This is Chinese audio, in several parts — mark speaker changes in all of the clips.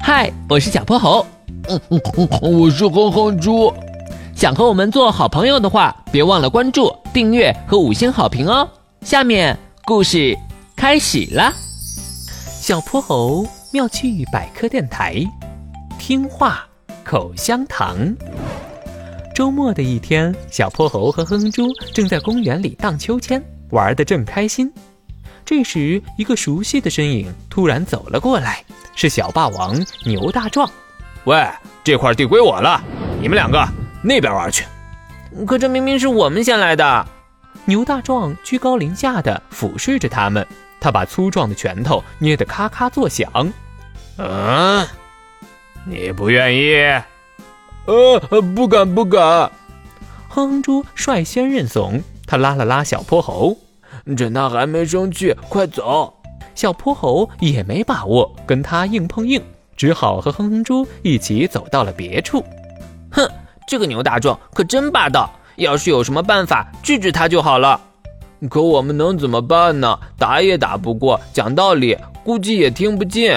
Speaker 1: 嗨，我是小泼猴，
Speaker 2: 嗯嗯嗯，我是哼哼猪。
Speaker 1: 想和我们做好朋友的话，别忘了关注、订阅和五星好评哦。下面故事开始啦！
Speaker 3: 小泼猴妙趣百科电台，听话口香糖。周末的一天，小泼猴和哼哼猪正在公园里荡秋千，玩得正开心。这时，一个熟悉的身影突然走了过来，是小霸王牛大壮。
Speaker 4: 喂，这块地归我了，你们两个那边玩去。
Speaker 3: 可这明明是我们先来的。牛大壮居高临下的俯视着他们，他把粗壮的拳头捏得咔咔作响。
Speaker 4: 嗯，你不愿意？
Speaker 2: 呃，不敢不敢。
Speaker 3: 哼哼猪率先认怂，他拉了拉小泼猴。
Speaker 2: 趁他还没生气，快走！
Speaker 3: 小泼猴也没把握跟他硬碰硬，只好和哼哼猪一起走到了别处。
Speaker 5: 哼，这个牛大壮可真霸道！要是有什么办法治治他就好了。
Speaker 2: 可我们能怎么办呢？打也打不过，讲道理估计也听不进。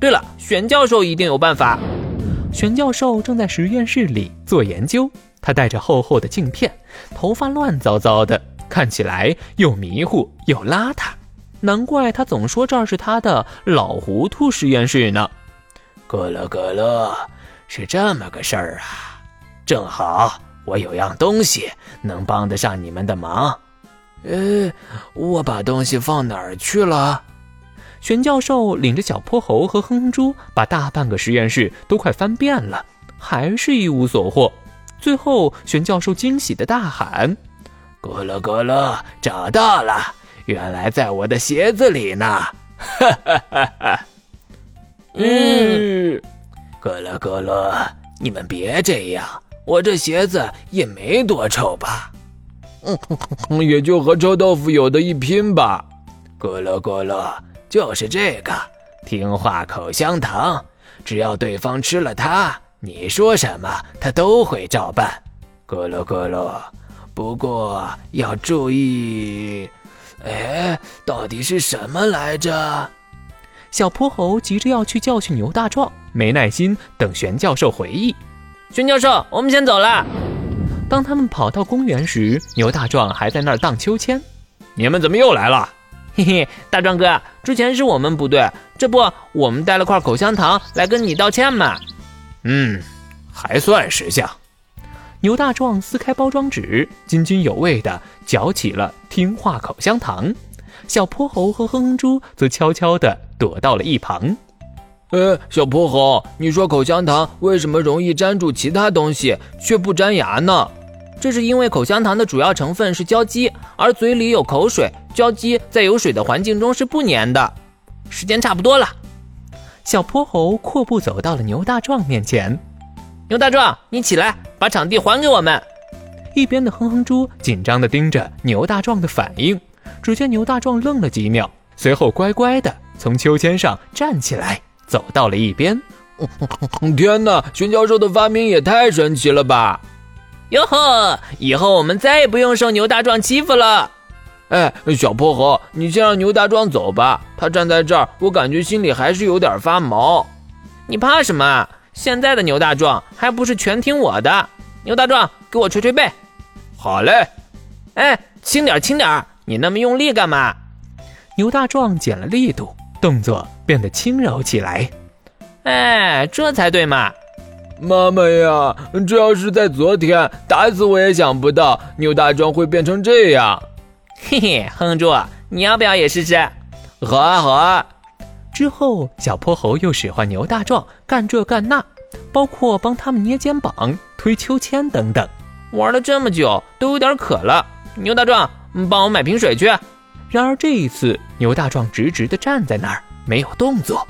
Speaker 5: 对了，玄教授一定有办法。
Speaker 3: 玄教授正在实验室里做研究，他戴着厚厚的镜片，头发乱糟糟的。看起来又迷糊又邋遢，难怪他总说这儿是他的老糊涂实验室呢。
Speaker 4: 可乐可乐，是这么个事儿啊！正好我有样东西能帮得上你们的忙。
Speaker 2: 呃，我把东西放哪儿去了？
Speaker 3: 玄教授领着小泼猴和哼哼猪，把大半个实验室都快翻遍了，还是一无所获。最后，玄教授惊喜的大喊。
Speaker 4: 咕噜咕噜，找到了！原来在我的鞋子里呢！ 哈哈哈哈！嗯，咕噜咕噜，你们别这样，我这鞋子也没多臭吧？
Speaker 2: 嗯， 也就和臭豆腐有的一拼吧。
Speaker 4: 咕噜咕噜，就是这个听话口香糖，只要对方吃了它，你说什么他都会照办。咕噜咕噜。不过要注意，哎，到底是什么来着？
Speaker 3: 小泼猴急着要去教训牛大壮，没耐心等玄教授回忆。
Speaker 5: 玄教授，我们先走了。
Speaker 3: 当他们跑到公园时，牛大壮还在那儿荡秋千。
Speaker 4: 你们怎么又来了？
Speaker 5: 嘿嘿，大壮
Speaker 3: 啊
Speaker 5: 哥，之前是我们不对，这不，我们带了块口香糖来跟你道歉嘛。
Speaker 4: 嗯，还算识相。
Speaker 3: 牛大壮撕开包装纸，津津有味地嚼起了听话口香糖。小泼猴和哼哼猪则悄悄地躲到了一旁。
Speaker 2: 呃，小泼猴，你说口香糖为什么容易粘住其他东西，却不粘牙呢？
Speaker 5: 这是因为口香糖的主要成分是胶基，而嘴里有口水，胶基在有水的环境中是不粘的。时间差不多了，
Speaker 3: 小泼猴阔步走到了牛大壮面前。
Speaker 5: 牛大壮，你起来，把场地还给我们。
Speaker 3: 一边的哼哼猪紧张地盯着牛大壮的反应。只见牛大壮愣了几秒，随后乖乖地从秋千上站起来，走到了 一边。
Speaker 2: 天哪，玄教授的发明也太神奇了吧！
Speaker 5: 哟呵，以后我们再也不用受牛大壮欺负了。
Speaker 2: 哎，小泼猴，你先让牛大壮走吧。他站在这儿，我感觉心里还是有点发毛。
Speaker 5: 你怕什么？现在的牛大壮还不是全听我的？牛大壮，给我捶捶背。
Speaker 4: 好嘞。
Speaker 5: 哎，轻点，轻点，你那么用力干嘛？
Speaker 3: 牛大壮减了力度，动作变得轻柔起来。
Speaker 5: 哎，这才对嘛！
Speaker 2: 妈妈呀，这要是在昨天，打死我也想不到牛大壮会变成这样。
Speaker 5: 嘿嘿，哼住，你要不要也试试？
Speaker 2: 好啊，好啊。
Speaker 3: 之后，小泼猴又使唤牛大壮干这干那，包括帮他们捏肩膀、推秋千等等。
Speaker 5: 玩了这么久，都有点渴了。牛大壮，
Speaker 3: 嗯
Speaker 5: 帮我买瓶水去。
Speaker 3: 然而这一次，牛大壮直直地站在那儿，没有动作。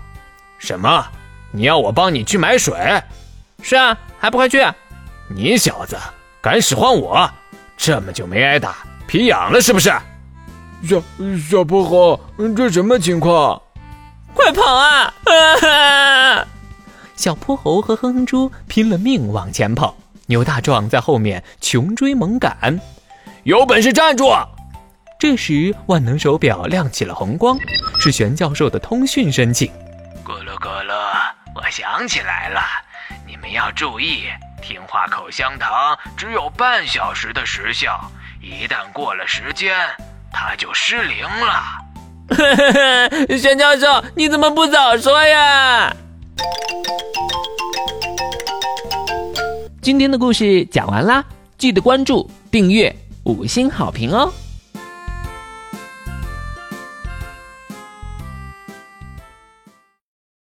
Speaker 4: 什么？你要我帮你去买水？
Speaker 5: 是啊，还不快去！
Speaker 4: 你小子敢使唤我，这么久没挨打，皮痒了是不是？
Speaker 2: 小小泼猴，嗯这什么情况？
Speaker 5: 快跑啊！啊
Speaker 3: 小泼猴和哼哼猪拼了命往前跑，牛大壮在后面穷追猛赶。
Speaker 4: 有本事站住！啊
Speaker 3: 这时，万能手表亮起了红光，是玄教授的通讯申请。
Speaker 4: 咕噜咕噜，我
Speaker 3: 想起来了，你们要注意，听话口香糖只有半小时的时效，一旦过了时间，它就失灵了。
Speaker 6: 玄教授，你怎么不早说呀？
Speaker 7: 今天的故事讲完啦，记得关注、订阅、五星好评哦！